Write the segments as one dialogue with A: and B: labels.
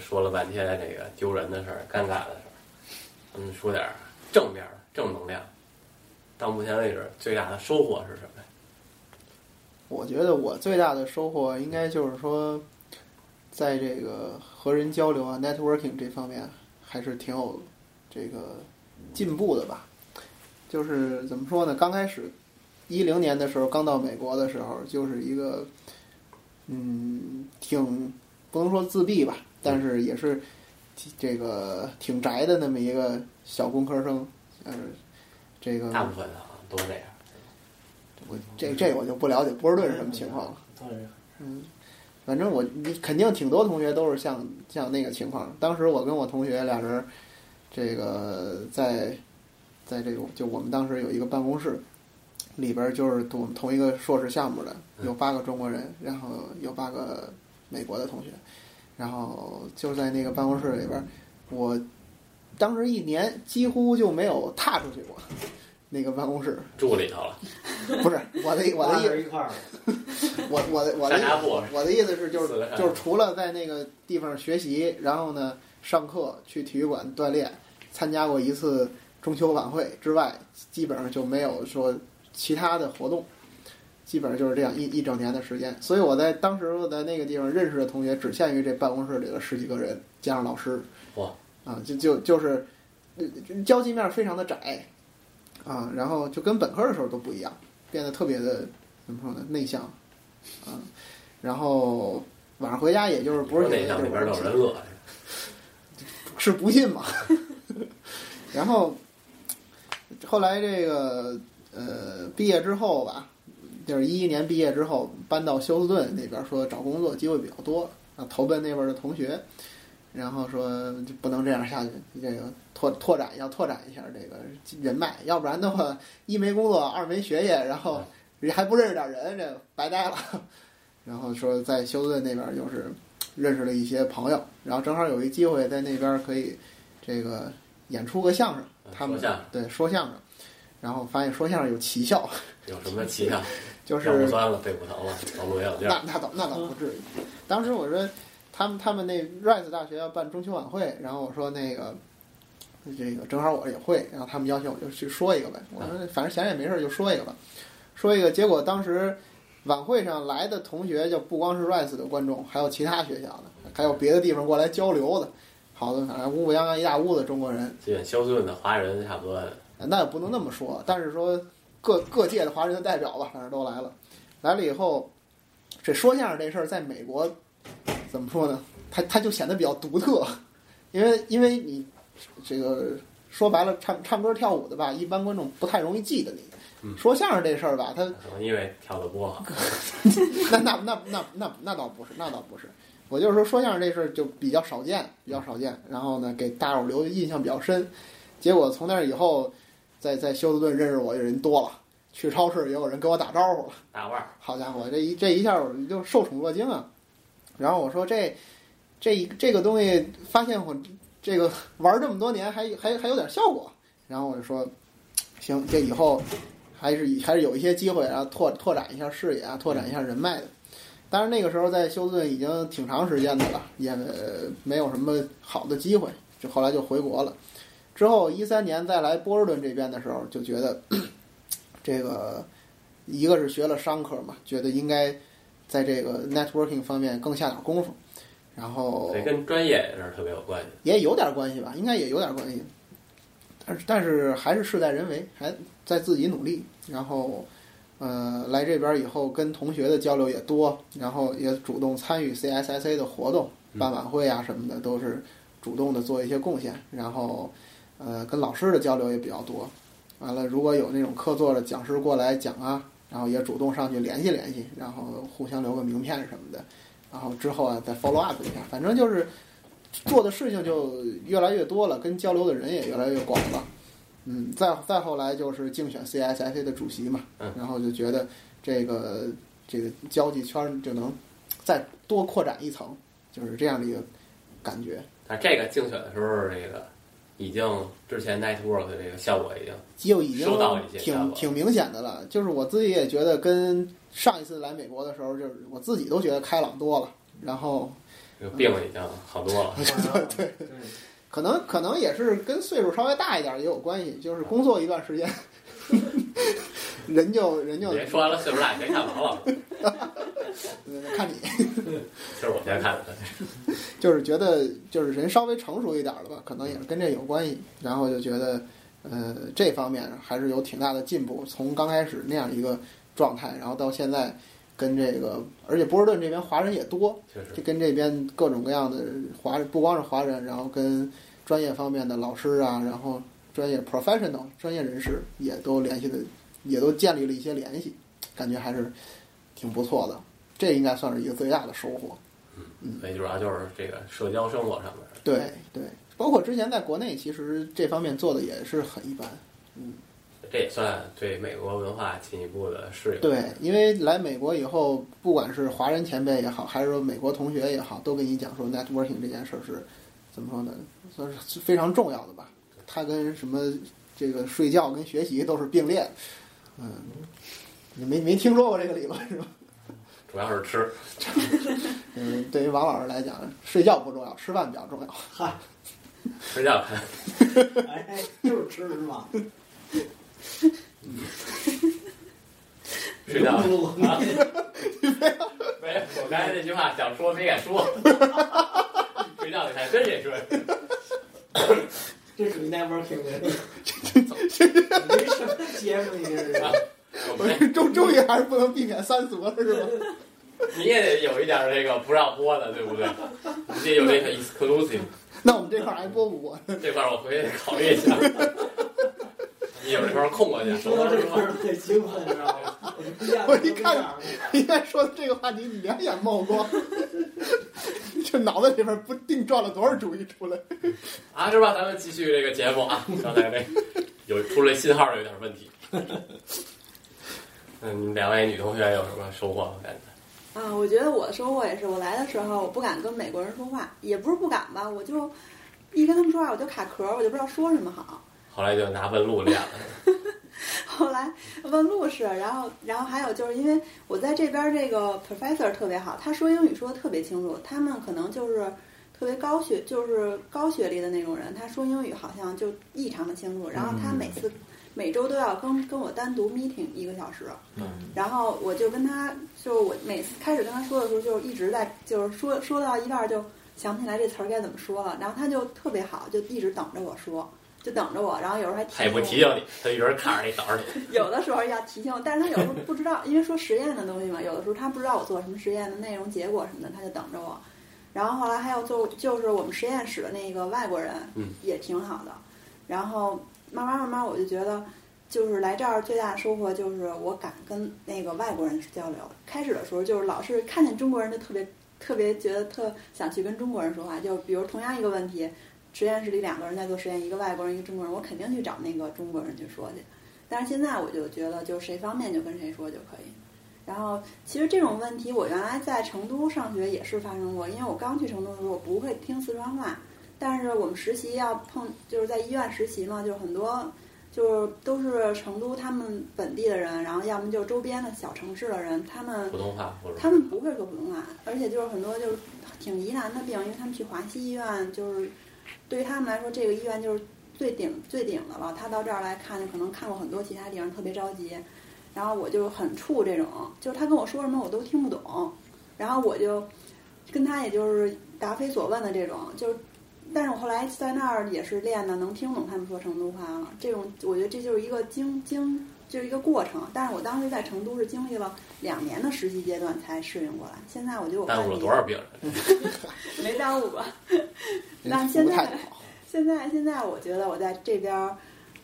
A: 说了半天这个丢人的事儿、尴尬的事儿，咱们说点儿正面儿、正能量。到目前为止，最大的收获是什么呀？
B: 我觉得我最大的收获应该就是说，在这个和人交流啊、networking 这方面还是挺有这个进步的吧。就是怎么说呢？刚开始一零年的时候，刚到美国的时候，就是一个嗯，挺不能说自闭吧，但是也是挺这个挺宅的那么一个小工科生。呃，这个
A: 大部分啊都这样。
B: 我这这我就不了解波士顿是什么情况啊了。
C: 当然，
B: 反正我你肯定挺多同学都是像像那个情况。当时我跟我同学俩人儿，这个在在这个就我们当时有一个办公室，里边儿就是我们同一个硕士项目的有八个中国人，然后有八个美国的同学，然后就在那个办公室里边儿，我当时一年几乎就没有踏出去过。 那个办公室
A: 住里头了，
B: 不是我的我
D: 啊
B: 的意
C: 一 块儿了，
B: 我我的我的意
A: 上下铺
B: 我的意思是，就是
A: 嗯死了嗯上
B: 就是除了在那个地方学习，然后呢上课、去体育馆锻炼，参加过一次中秋晚会之外，基本上就没有说其他的活动，基本上就是这样一一整年的时间。所以我在当时我在那个地方认识的同学，只限于这办公室里的十几个人，加上老师。
A: 哇！
B: 啊，就就就是呃交际面非常的窄啊，然后就跟本科的时候都不一样，变得特别的怎么说呢，内向啊，然后晚上回家也就是不是
A: 内向里边儿有人恶心。
B: 是不信嘛。 然后后来这个呃毕业之后吧，就是一一年毕业之后搬到休斯顿那边，说找工作机会比较多，啊投奔那边的同学，然后说就不能这样下去，这个拓拓展要拓展一下这个人脉，要不然的话一没工作，二没学业，然后还不认识点人，这白待了。 然后说在休斯顿那边就是认识了一些朋友，然后正好有一机会在那边可以这个演出个相声，他
A: 嗯呃
B: 们
A: 说相声
B: 对说相声，然后发现说相声有奇效，
A: 有什么奇效？
B: 就
A: 腰
B: 是
A: 不酸了，背不疼了，走路也有劲儿
B: 那。那倒那倒不至于。当时我说，他们他们那 Rice 大学要办中秋晚会，然后我说那个这个正好我也会，然后他们邀请我就去说一个呗。我说反正闲着也没事儿就说一个吧，说一个。结果当时晚会上来的同学就不光是 Rice 的观众，还有其他学校的，还有别的地方过来交流的。好的，反正乌不泱泱一大屋子中国人，
A: 基本休斯顿的华人差不多
B: 那也不能那么说，但是说各各界的华人的代表吧，反正都来了。来了以后，这说相声这事儿在美国怎么说呢？它它就显得比较独特，因为因为你这个说白了，唱唱歌跳舞的吧，一般观众不太容易记得你。
A: 嗯
B: 说相声这事儿吧，它
A: 可能因为跳啊的不好，
B: 那那那那那那倒不是，那倒不是。我就是说说相声这事儿就比较少见，比较少见。然后呢，给大伙儿留的印象比较深。结果从那以后，在在休斯顿认识我的人多了，去超市也有人跟我打招呼了。
A: 大腕儿
B: 好家伙，这一这一下我就受宠若惊啊！然后我说这这一这个东西，发现我这个玩这么多年还还还有点效果。然后我就说，行，这以后还是以还是有一些机会，然后拓拓展一下视野啊，拓展一下人脉的。当然那个时候在休斯顿已经挺长时间的了，也呃没有什么好的机会，就后来就回国了。之后一三年再来波士顿这边的时候，就觉得 这个一个是学了商科嘛，觉得应该在这个 networking 方面更下点功夫，然后
A: 这跟专业也是特别有关系。
B: 也有点关系吧，应该也有点关系，但是但是还是事在人为，还在自己努力。然后，呃，来这边以后跟同学的交流也多，然后也主动参与 CSSA 的活动，
A: 嗯
B: 办晚会啊什么的，都是主动的做一些贡献。然后，呃，跟老师的交流也比较多。完了，如果有那种客座的讲师过来讲啊，然后也主动上去联系联系，然后互相留个名片什么的，然后之后啊再 follow up 一下，反正就是做的事情就越来越多了，跟交流的人也越来越广了。嗯，再再后来就是竞选 CSFA 的主席嘛
A: 嗯，
B: 然后就觉得这个这个交际圈就能再多扩展一层，就是这样的一个感觉。
A: 但这个竞选的时候，这个已经之前 network 的这个效果已经
B: 就已经
A: 收到一些效
B: 挺
A: 果
B: 挺明显的了。就是我自己也觉得跟上一次来美国的时候，就是我自己都觉得开朗多了，然后
A: 这个病已经好多了。
C: 对对对，
B: 可能可能也是跟岁数稍微大一点也有关系，就是工作一段时间， 人就人就
A: 别说完了，岁数大，别看王老师，
B: 呃看你
A: 就是我先看的。
B: 就是觉得就是人稍微成熟一点了吧，可能也是跟这有关系。然后就觉得，呃，这方面还是有挺大的进步，从刚开始那样一个状态，然后到现在跟这个，而且波士顿这边华人也多，
A: 确实
B: 就跟这边各种各样的华人，不光是华人，然后跟专业方面的老师啊，然后专业 professional 专业人士也都联系的，也都建立了一些联系，感觉还是挺不错的。这应该算是一个最大的收获。
A: 所以就是啊，就是这个社交生活上面，
B: 对对，包括之前在国内，其实这方面做的也是很一般。
A: 这也算对美国文化进一步的适应。
B: 对，因为来美国以后，不管是华人前辈也好，还是说美国同学也好，都跟你讲说 networking 这件事儿是怎么说呢，算是非常重要的吧。它跟什么这个睡觉跟学习都是并列的。嗯，你没没听说过这个理论是吧？
A: 主要是吃，
B: 嗯，对于王老师来讲，睡觉不重要，吃饭比较重要。
C: 嗨，
A: 睡觉看
C: 哎，就是吃是吧？
A: 睡觉。
C: 不不不
A: 啊没有，我刚才那句话想说没敢说。睡觉你还真得睡，
C: 这属于 networking 的，你这什么节目你这是？
A: 我 们
B: 终终于还是不能避免三俗了，是吧？
A: 你也得有一点这个不让播的，对不对？你得有这个 exclusive
B: 那我们这块儿还播不播？
A: 这块儿，我回去考虑一下。你有这块儿空过去，
C: 你说到这块儿很兴奋，知道吗？
B: 我一看 应该说这个话题，你两眼冒光，这脑子里边不定转了多少主意出来。
A: 啊，这吧，咱们继续这个节目啊。刚才这有出了信号有点问题。嗯，你们两位女同学有什么收获吗？感觉
E: 嗯，我觉得我的收获也是，我来的时候我不敢跟美国人说话，也不是不敢吧，我就一跟他们说话我就卡壳，我就不知道说什么好。
A: 后来就拿问路练了，
E: 后来问路是，然后然后还有就是因为我在这边这个 professor 特别好，他说英语说的特别清楚，他们可能就是特别高学就是高学历的那种人，他说英语好像就异常的清楚，然后他每次每周都要跟跟我单独 meeting 一个小时，
F: 嗯，
E: 然后我就跟他，就是我每次开始跟他说的时候，就是一直在，就是说说到一半儿就想不起来这词儿该怎么说了，然后他就特别好，就一直等着我说，就等着我，然后有时候还提
A: 他也不提
E: 醒
A: 醒你，他一直看着你，等着你。
E: 我，有的时候要提醒我，但是他有时候不知道，因为说实验的东西嘛，有的时候他不知道我做什么实验的内容、结果什么的，他就等着我。然后后来还有就就是我们实验室的那个外国人，
A: 嗯
E: 也挺好的。然后慢慢慢慢，我就觉得，就是来这儿最大的收获就是我敢跟那个外国人交流。开始的时候就是老是看见中国人就特别特别觉得特想去跟中国人说话，就比如同样一个问题，实验室里两个人在做实验，一个外国人一个中国人，我肯定去找那个中国人去说去。但是现在我就觉得，就谁方便就跟谁说就可以。然后其实这种问题，我原来在成都上学也是发生过，因为我刚去成都的时候，我不会听四川话，但是我们实习要碰，就是在医院实习嘛，就是很多就是都是成都他们本地的人，然后要么就是周边的小城市的人，他们
A: 普通话，或者
E: 他们不会说普通话，而且就是很多就是挺疑难的病，因为他们去华西医院，就是对于他们来说，这个医院就是最顶最顶的了。他到这儿来看，可能看过很多其他地方，特别着急。然后我就很怵这种，就是他跟我说什么我都听不懂，然后我就跟他也就是答非所问的这种，就是。但是我后来在那儿也是练的，能听懂他们说成都话了。这种我觉得这就是一个经经，就是一个过程。但是我当时在成都是经历了两年的实习阶段才适应过来。现在我觉得我
A: 耽误了多少病人？
E: 没耽误吧？那
B: 人
E: 现
B: 服务
E: 在
B: 态度好，
E: 现在现在我觉得我在这边儿，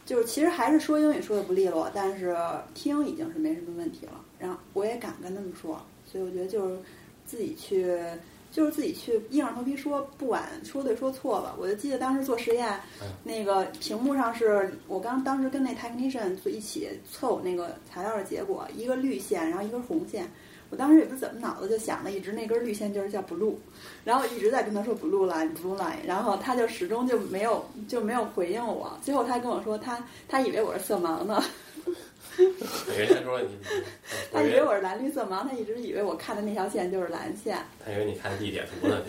E: 就是其实还是说英语说的不利落，但是听已经是没什么问题了。然后我也敢跟他们说，所以我觉得就是自己去，就是自己去硬着头皮说，不管说对说错吧。我就记得当时做实验，
A: 嗯
E: 那个屏幕上是我刚当时跟那 technician 就一起测我那个材料的结果，一个绿线，然后一根红线。我当时也不知道怎么脑子就想了一直那根绿线就是叫 blue，然后一直在跟他说 blue line blue line，然后他就始终就没有就没有回应我，最后他跟我说他他以为我是色盲呢，
A: 人家说你，
E: 他
A: 我
E: 以
A: 以
E: 为
A: 为
E: 我是蓝绿色盲，他一直以为我看的那条线就是蓝线。
A: 他以为你看地铁图呢，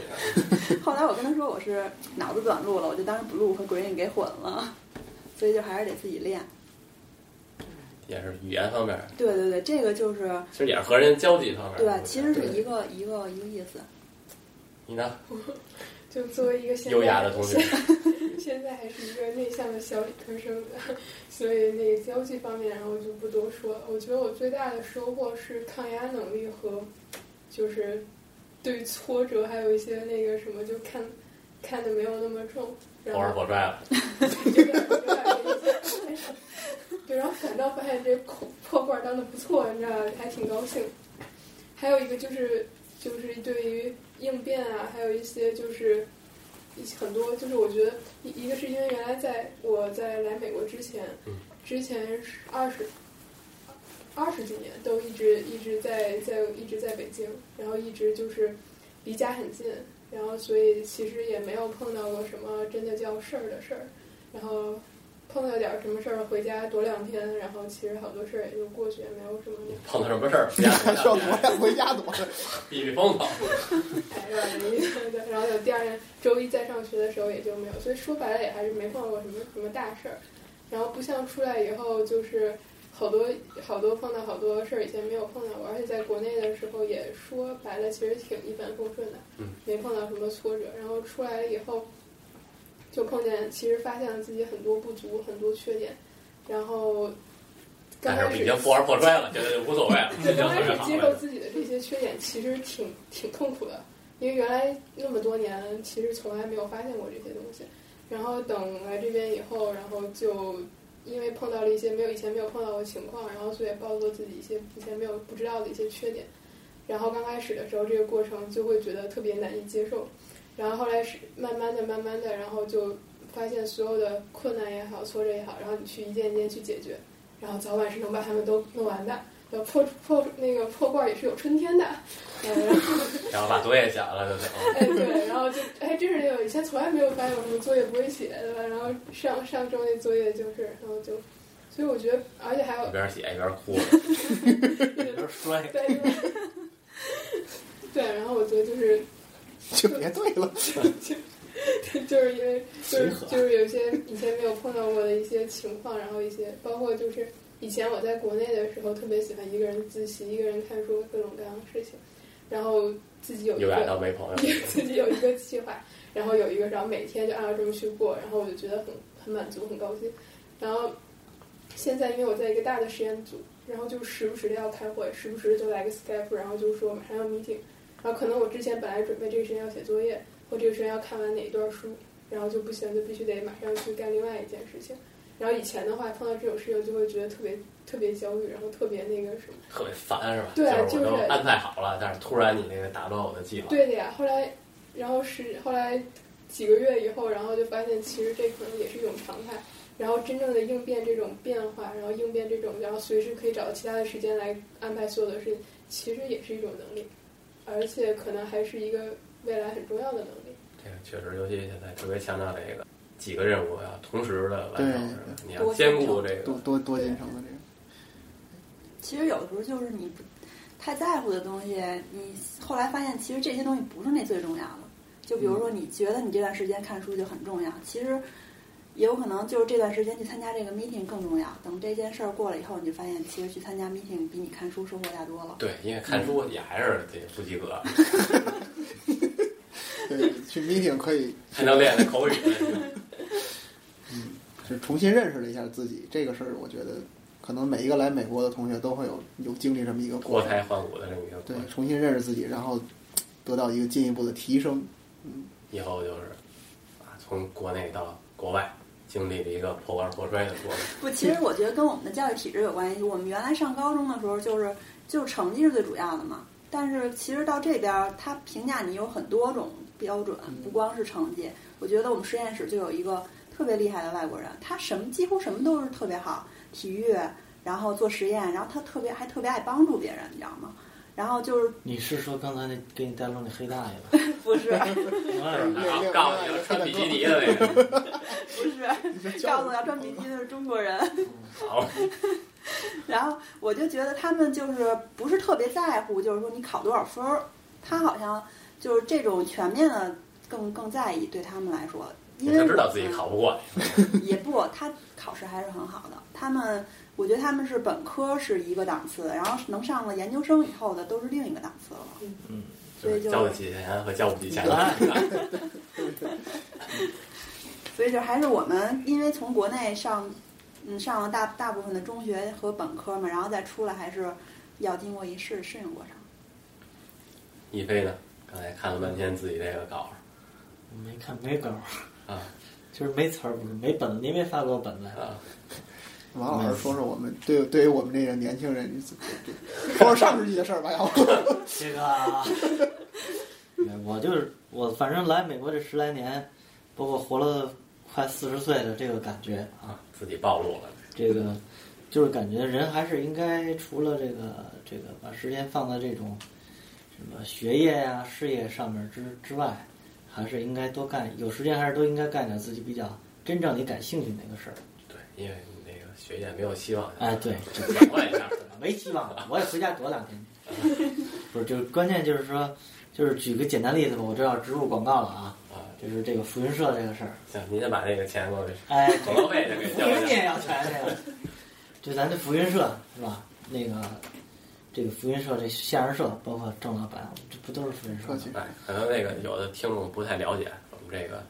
A: 这个
E: 后来我跟他说我是脑子短路了，我就当 blue 和 green 给混了，所以就还是得自己练。
A: 也是语言方面，
E: 对对对，这个就是
A: 其实也是和人交际方面。
E: 对吧？啊其实是
A: 哎对
E: 一个一个一个意思。
A: 你呢？
F: 就作为一个现在
A: 优雅的同学，
F: 现在还是一个内向的小理科生的，所以那个交际方面，然后就不多说了。我觉得我最大的收获是抗压能力和，就是对挫折还有一些那个什么，就看看的没有那么重， 然
A: 我是
F: 后
A: 火拽了，
F: 有点有点没意思对，然后反倒发现这破破罐儿当的不错，你知道，还挺高兴。还有一个就是就是对于应变啊，还有一些就是一些很多就是我觉得一一个是因为原来在我在来美国之前
A: 嗯，
F: 之前是二十二十几年都一直一直在在一直在北京，然后一直就是离家很近，然后所以其实也没有碰到过什么真的叫事儿的事儿，然后。碰到点儿什么事儿，回家躲两天，然后其实好多事儿也就过去，也没有什么那
A: 碰到什么 事儿？
B: 还需要多呀，回家躲着。
A: 避避风头。
F: 哎，有点没意思。对，然后有第二天周一再上学的时候也就没有， 所以说白了也还是没碰到过什么什么大事儿。然后不像出来以后，就是好多好多碰到好多事儿，以前没有碰到过，而且在国内的时候也说白了，其实挺一帆风顺的
A: 嗯，
F: 没碰到什么挫折。然后出来了以后，就碰见其实发现了自己很多不足，很多缺点，然后刚
A: 但
F: 开
A: 是
F: 始
A: 已经破罐破摔了，觉得就无所谓了，
F: 对，
A: 就
F: 刚开
A: 特
F: 始
A: 别好
F: 接受
A: 了。
F: 自己的这些缺点，其实挺挺痛苦的，因为原来那么多年，其实从来没有发现过这些东西。然后等来这边以后，然后就因为碰到了一些没有以前没有碰到的情况，然后所以暴露自己一些以前没有不知道的一些缺点。然后刚开始的时候，这个过程就会觉得特别难以接受。然后后来是慢慢的、慢慢的，然后就发现所有的困难也好、挫折也好，然后你去一件一件去解决，然后早晚是能把它们都弄完的。呃，破破那个破罐儿也是有春天的，嗯，然后
A: 然后把作业写完了就得。
F: 哎对，然后就哎真是这个，以前从来没有发现我什么作业不会写，对吧？然后上上周那作业就是，然后就，所以我觉得，而且还有
A: 一边写一边哭，
F: 对
A: 一边摔，
F: 对对，对，然后我觉得就是
B: 就别对了，
F: 就是因为就
A: 随
F: 是
A: 和
F: 就是有一些以前没有碰到过的一些情况，然后一些包括就是以前我在国内的时候特别喜欢一个人自习，一个人看书，各种各样的事情，然后自己有一
A: 又
F: 个
A: 爱到没朋友。
F: 自己有一个计划，然后有一个，然后每天就按照这么去过，然后我就觉得很很满足，很高兴。然后现在因为我在一个大的实验组，然后就时不时的要开会，时不时就来个 Skype，然后就说马上要 meeting，然后可能我之前本来准备这个时间要写作业，或这个时间要看完哪一段书，然后就不行，就必须得马上去干另外一件事情。然后以前的话，碰到这种事情就会觉得特别特别焦虑，然后特别那个什么。
A: 特别烦是吧？
F: 对
A: 就是我都
F: 就是
A: 安排好了，但是突然你那个打乱我的计划。
F: 对的呀，后来，然后是后来几个月以后，然后就发现其实这可能也是一种常态。然后真正的应变这种变化，然后应变这种，然后随时可以找到其他的时间来安排所有的事情，其实也是一种能力，而且可能还是一个未来很重要的能力。
A: 这个确实，尤其现在特别强调这个几个任务要同时的完成，是吧
B: 对
A: 你要兼顾这
B: 多
A: 个。
B: 多多进程的这个。
E: 其实有的时候就是你不太在乎的东西，你后来发现其实这些东西不是那最重要的。就比如说，你觉得你这段时间看书就很重要，其实也有可能就是这段时间去参加这个 meeting 更重要。等这件事儿过了以后，你就发现其实去参加 meeting 比你看书收获大多了。
A: 对，因为
F: 嗯
A: 看书也还是得不及格，
B: 对，去 meeting 可以嗯
A: 还能练练口语。
B: 就重新认识了一下自己，这个事儿我觉得可能每一个来美国的同学都会有有经历这么一个
A: 脱
B: 过程，
A: 胎换骨的这么一个过
B: 对
A: 程，，
B: 重新认识自己，然后得到一个进一步的提 升。
A: 以后就是啊，从国内到国外，经历了一个破罐破摔的过程。
E: 不，其实我觉得跟我们的教育体制有关系。我们原来上高中的时候，就是就是成绩是最主要的嘛。但是其实到这边儿，他评价你有很多种标准，不光是成绩。我觉得我们实验室就有一个特别厉害的外国人，他什么几乎什么都是特别好，体育，然后做实验，然后他特别还特别爱帮助别人，你知道吗？然后就是
D: 你是说刚才那给你带路那黑大 爷吧？
E: 不 是
D: 嗯
A: 啊告诉你，穿比基尼的那个，
E: 不是，告诉我要穿比基尼的是中国人。
A: 好，
E: 然后我就觉得他们就是不是特别在乎，就是说你考多少分儿，他好像就是这种全面的更更在意，对他们来说，因为
A: 他知道自己考不过，
E: 也不，他考试还是很好的。他们，我觉得他们是本科是一个档次，然后能上了研究生以后的都是另一个档次了。
D: 嗯，
A: 就
E: 所以
A: 是
E: 就
A: 交得起钱和交不起钱。
E: 所以就还是我们，因为从国内上，嗯，上了大大部分的中学和本科嘛，然后再出来还是要经过一试适应过程。
A: 一飞呢？刚才看了半天自己这个稿
D: 我嗯没看没稿儿，
A: 啊
D: 就是没词儿，不是没本子，您没发给我本子呀？
A: 啊，
B: 王老师说说我们对对于我们这个年轻人， 说说上世纪的事儿吧，要不
D: 这个啊， 我就是我，反正来美国这十来年，包括活了快四十岁的这个感觉啊，
A: 自己暴露了。
D: 这个就是感觉人还是应该除了这个这个把时间放在这种什么学业呀、事业上面之之外，还是应该多干，有时间还是都应该干点自己比较真正你感兴趣那个事儿。
A: 对，因为你那个学业没有希望，啊
D: 哎，对，这
A: 转换一下。
D: 没希望了，我也回家躲两天。 不是，就是关键就是说，就是举个简单例子吧，我这要植入广告了啊，
A: 啊，
D: 就是这个福云社这个事儿，
A: 行，您先把这个钱给我这
D: 哎，
A: 广告费这给
D: 福
A: 交
D: 云
A: 一
D: 你
A: 下。
D: 也要钱这个，就咱这福云社是吧？那个这个福云社这相声社，包括郑老板，这不都是福云社
B: 说
D: 吗
B: 起？
A: 哎，可能那个有的听众不太了解，我们这个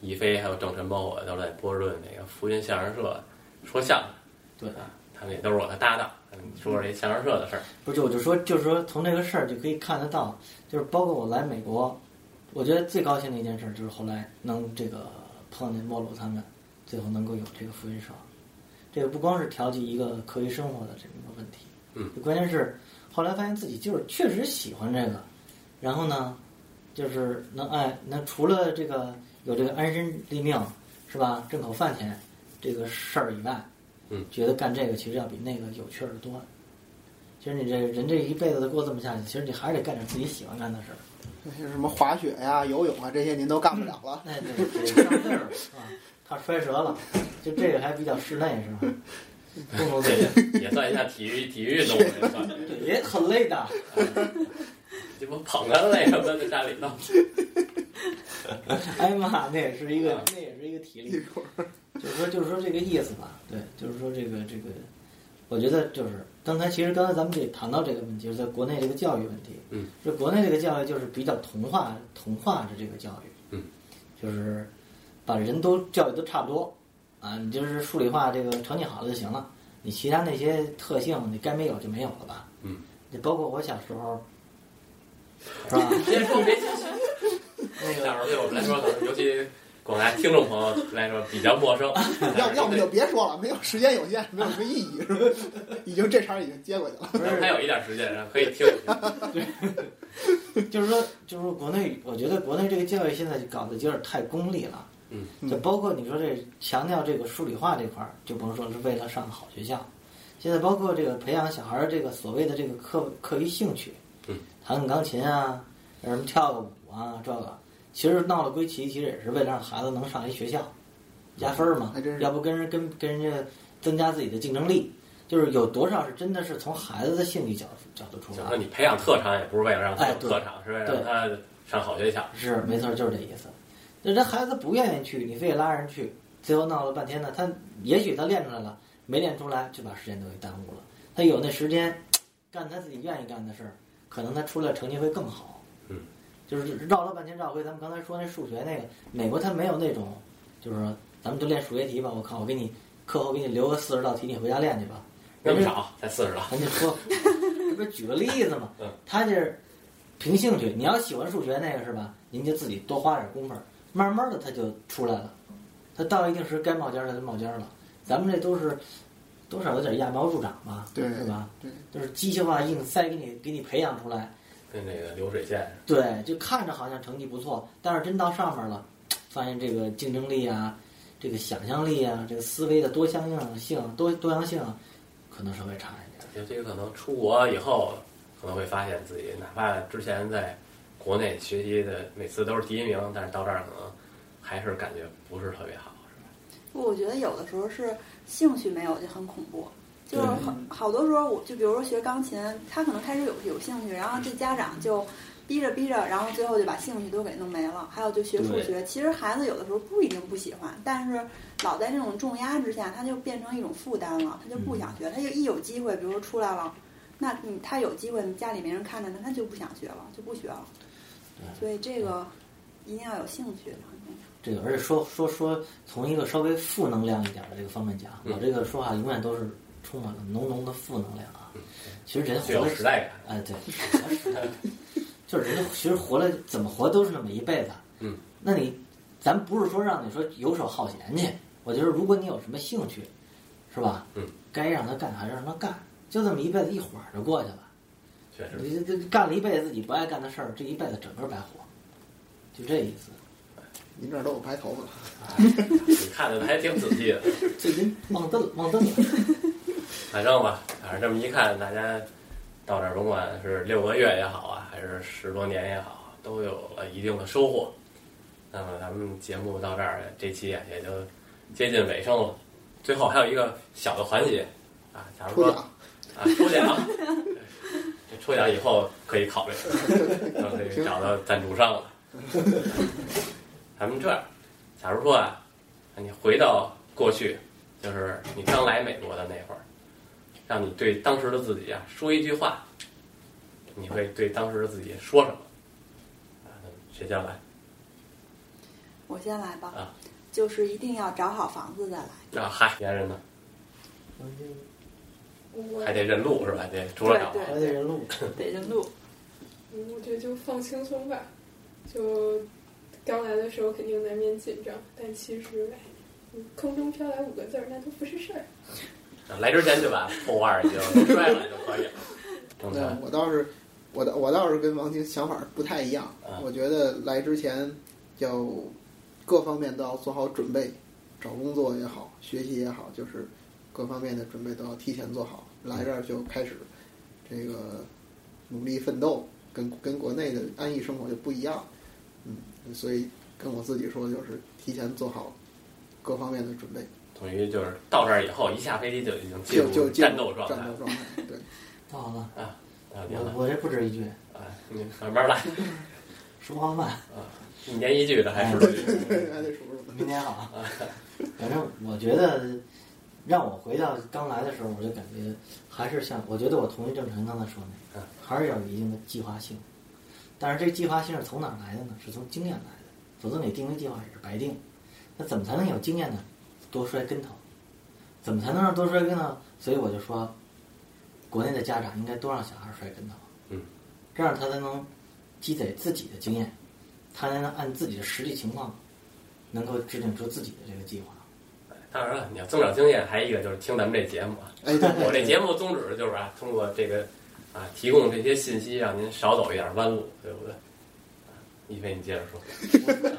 A: 一飞还有郑晨包括我都在波士顿那个福音相声社说相声，
D: 对，
A: 他们也都是我的搭档，嗯说说这相声社的事儿。
D: 不是，我就说，就是说，从这个事儿就可以看得到，就是包括我来美国，我觉得最高兴的一件事儿就是后来能这个碰见莫鲁他们，最后能够有这个福音社，这个不光是调剂一个课余生活的这么一个问题，
A: 嗯，
D: 关键是后来发现自己就是确实喜欢这个，然后呢，就是能哎，那除了这个有这个安身立命是吧，挣口饭钱这个事儿以外，
A: 嗯，
D: 觉得干这个其实要比那个有趣儿的多。其实你这人这一辈子都过这么下去，其实你还是得干点自己喜欢干的事儿。
B: 那些什么滑雪呀、游泳啊这些您都干不了了，
D: 哎，对，对上劲儿了是吧？ 怕摔折了，就这个还比较室内是吧？不能
A: 这也
D: 对，
A: 也算一下体育体育运动，也算。
D: 对也很累的。
A: 这不捧他累什么的在家里弄。
D: 哎呀妈，那也是一
A: 啊
D: 个，那也是一个体力。就是说，就是说这个意思吧。对，就是说这个这个，我觉得就是刚才其实刚才咱们也谈到这个问题，就是在国内这个教育问题。
A: 嗯，
D: 就国内这个教育就是比较同化同化的这个教育。
A: 嗯，
D: 就是把人都教育都差不多啊，你就是数理化这个成绩好了就行了，你其他那些特性你该没有就没有了吧。
A: 嗯，
D: 你包括我小 时候，是吧？
A: 别说别说，
D: 那个
A: 小时候对我们来说，可能尤其广大听众朋友来说比较陌生。
B: 要要不就别说了，没有时间有限，没有什么意义，是吧？已经这茬儿已经接过去了，
D: 不是
A: 还有一点时间，然后可以听一听。
D: 就是说，就是说，国内，我觉得国内这个教育现在就搞得有点太功利了。
A: 嗯，
D: 就包括你说这强调这个数理化这块儿，就甭说是为了上好学校，现在包括这个培养小孩儿这个所谓的这个课课余兴趣，
A: 嗯，
D: 弹个钢琴啊，什么跳个舞啊，这个其实闹了归齐，其实也是为了让孩子能上一学校，加分儿嘛
B: 还真，是
D: 要不跟人跟跟人家增加自己的竞争力。就是有多少是真的是从孩子的兴趣角角度出
A: 就
D: 发？
A: 说你培养特长，也不是为了让他有
D: 哎对
A: 特长，是为了让他上好学校。
D: 是，没错，就是这意思。那这孩子不愿意去，你非得拉人去，最后闹了半天呢。他也许他练出来了，没练出来就把时间都给耽误了。他有那时间干他自己愿意干的事儿，可能他出来成绩会更好。
A: 嗯，
D: 就是绕了半天绕回咱们刚才说那数学那个，美国他没有那种，就是说咱们就练数学题吧。我靠，我给你课后给你留个四十道题，你回家练去吧。
A: 那么
D: 人家
A: 少，才四十了。
D: 咱就说，这不是举个例子嘛
A: 嗯？
D: 他就是凭兴趣，你要喜欢数学那个是吧？您就自己多花点功夫，慢慢的他就出来了。他到一定时该冒尖儿了就冒尖儿了。咱们这都是多少有点揠苗助长嘛，
B: 对
D: 是吧？
B: 对，
D: 就是机械化硬塞给你给你培养出来，
A: 跟那个流水线似
D: 对，就看着好像成绩不错，但是真到上面了，发现这个竞争力啊，这个想象力啊，这个思维的多相应性、多多样性啊，可能稍微差一点。
A: 的，尤其可能出国以后，可能会发现自己，哪怕之前在国内学习的每次都是第一名，但是到这儿可能还是感觉不是特别好，是吧？
E: 不，我觉得有的时候是兴趣没有就很恐怖。就是
D: 对
E: 好好多时候，我就比如说学钢琴，他可能开始有有兴趣，然后这家长就逼着逼着，然后最后就把兴趣都给弄没了。还有就学数
D: 对
E: 学，其实孩子有的时候不一定不喜欢，但是老在这种重压之下，他就变成一种负担了，他就不
D: 嗯
E: 想学，他就一有机会，比如说出来了，那你他有机会，你家里没人看着他，他就不想学了，就不学了。所以这个一定要有兴趣。
D: 这个，而且说说说，从一个稍微负能量一点的这个方面讲，
A: 嗯
D: 我这个说话永远都是充满了浓浓的负能量啊。
A: 嗯
D: 其实人
A: 具
D: 活
A: 有
D: 了
A: 时代感。
D: 哎，对， 就是人家其实活了怎么活都是那么一辈子。
A: 嗯，
D: 那你咱不是说让你说游手好闲去，我觉得如果你有什么兴趣，是吧？
A: 嗯，
D: 该让他干还是让他干，就这么一辈子一晃儿就过去了。
A: 确实，
D: 你这这干了一辈子自己不爱干的事儿，这一辈子整个白活，就这意思。
B: 您这儿都有白头发了，
A: 你看的还挺仔细的。
D: 最近忘灯了，忘灯了。
A: 反正吧，反正这么一看，大家到这儿甭管是六个月也好啊，还是十多年也好，都有了一定的收获。那么咱们节目到这儿，这期啊也就接近尾声了。最后还有一个小的环节啊，假如
B: 抽
A: 说
B: 奖。
A: 啊抽奖，这抽奖以后可以考虑，然后可以找到赞助商了。咱们这样，假如说啊，你回到过去，就是你刚来美国的那会儿，让你对当时的自己啊说一句话，你会对当时的自己说什么？啊，谁先来？
E: 我先来吧，
A: 啊
E: 就是一定要找好房子再来。
A: 啊，嗨，别人呢？
F: 我
A: 还得认路是吧？得除了找
E: 对
D: 还得人 录，
E: 北京路，
F: 嗯我觉得就放轻松吧，就刚来的时候肯定难免紧张，但其实，哎，嗯空中飘来五个字儿，那都不是事儿。
A: 啊来之前就把破腕已经 摔了就可以了。正
B: 对
A: 常，
B: 我倒是，我倒我倒是跟王晶想法不太一样
A: 啊。
B: 我觉得来之前要各方面都要做好准备，找工作也好，学习也好，就是各方面的准备都要提前做好。来这儿就开始这个努力奋斗，跟跟国内的安逸生活就不一样。嗯，所以跟我自己说，就是提前做好各方面的准备，
A: 等于就是到这儿以后，一下飞机就已经进
B: 就就
A: 入
B: 进
A: 战
B: 入
A: 斗状态
B: 战斗状态。 对，
D: 到了。
A: 啊！您
D: 我
A: 来，
D: 我这不止一句，
A: 啊，你慢慢来，
D: 说话慢。
A: 一年一句的还是多句
B: 还得数数。
D: 明天好。 反正我觉得，让我回到刚来的时候，我就感觉还是像，我觉得我同意郑晨刚才说那
A: 嗯
D: 个，还是要有一定的计划性。但是这计划性是从哪儿来的呢？是从经验来的，否则你定一计划也是白定。那怎么才能有经验呢？多摔跟头，怎么才能让多摔跟头？所以我就说，国内的家长应该多让小孩摔跟头，
A: 嗯，
D: 这样他才能积累自己的经验，他才能按自己的实际情况能够制定出自己的这个计划。
A: 当然了，你要增长经验，还有一个就是听咱们这节目啊。
B: 哎，对
A: 我这节目宗旨就是啊，通过这个啊，提供这些信息，让您少走一点弯路，对不对？啊一飞，你接着说。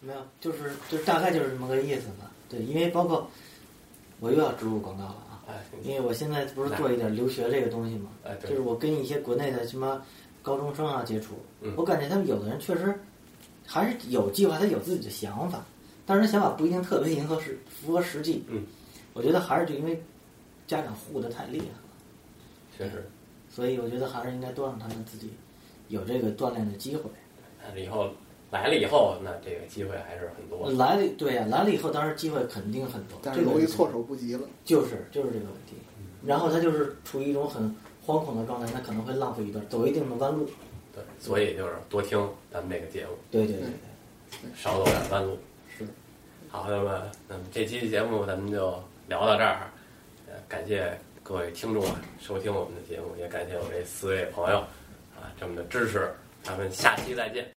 D: 没有，就是就是大概就是这么个意思吧。对，因为包括我又要植入广告了啊，
A: 哎，你
D: 因为我现在不是做一点留学这个东西嘛，
A: 哎，
D: 就
A: 对
D: 是，我跟一些国内的什么高中生啊接触
A: 嗯，
D: 我感觉他们有的人确实还是有计划，他有自己的想法，但是他想法不一定特别迎合实符合实际。
A: 嗯，
D: 我觉得还是就因为家长护的太厉害了。
A: 确实，
D: 所以我觉得还是应该多让他们自己有这个锻炼的机会。
A: 但啊是以后来了以后，那这个机会还是很多。
D: 来了，对呀、来了以后，当然机会肯定很多，
B: 但是
D: 这个
B: 容易措手不及了。
D: 就是就是这个问题。然后他就是处于一种很惶恐的状态，他可能会浪费一段，走一定的弯路。
A: 对，所以就是多听咱们这个节目，
D: 对对对对，
A: 少走点弯路。
B: 嗯
D: 是。
A: 好，那么那么这期节目咱们就聊到这儿，呃，感谢各位听众啊收听我们的节目，也感谢我这四位朋友啊这么的支持，咱们下期再见。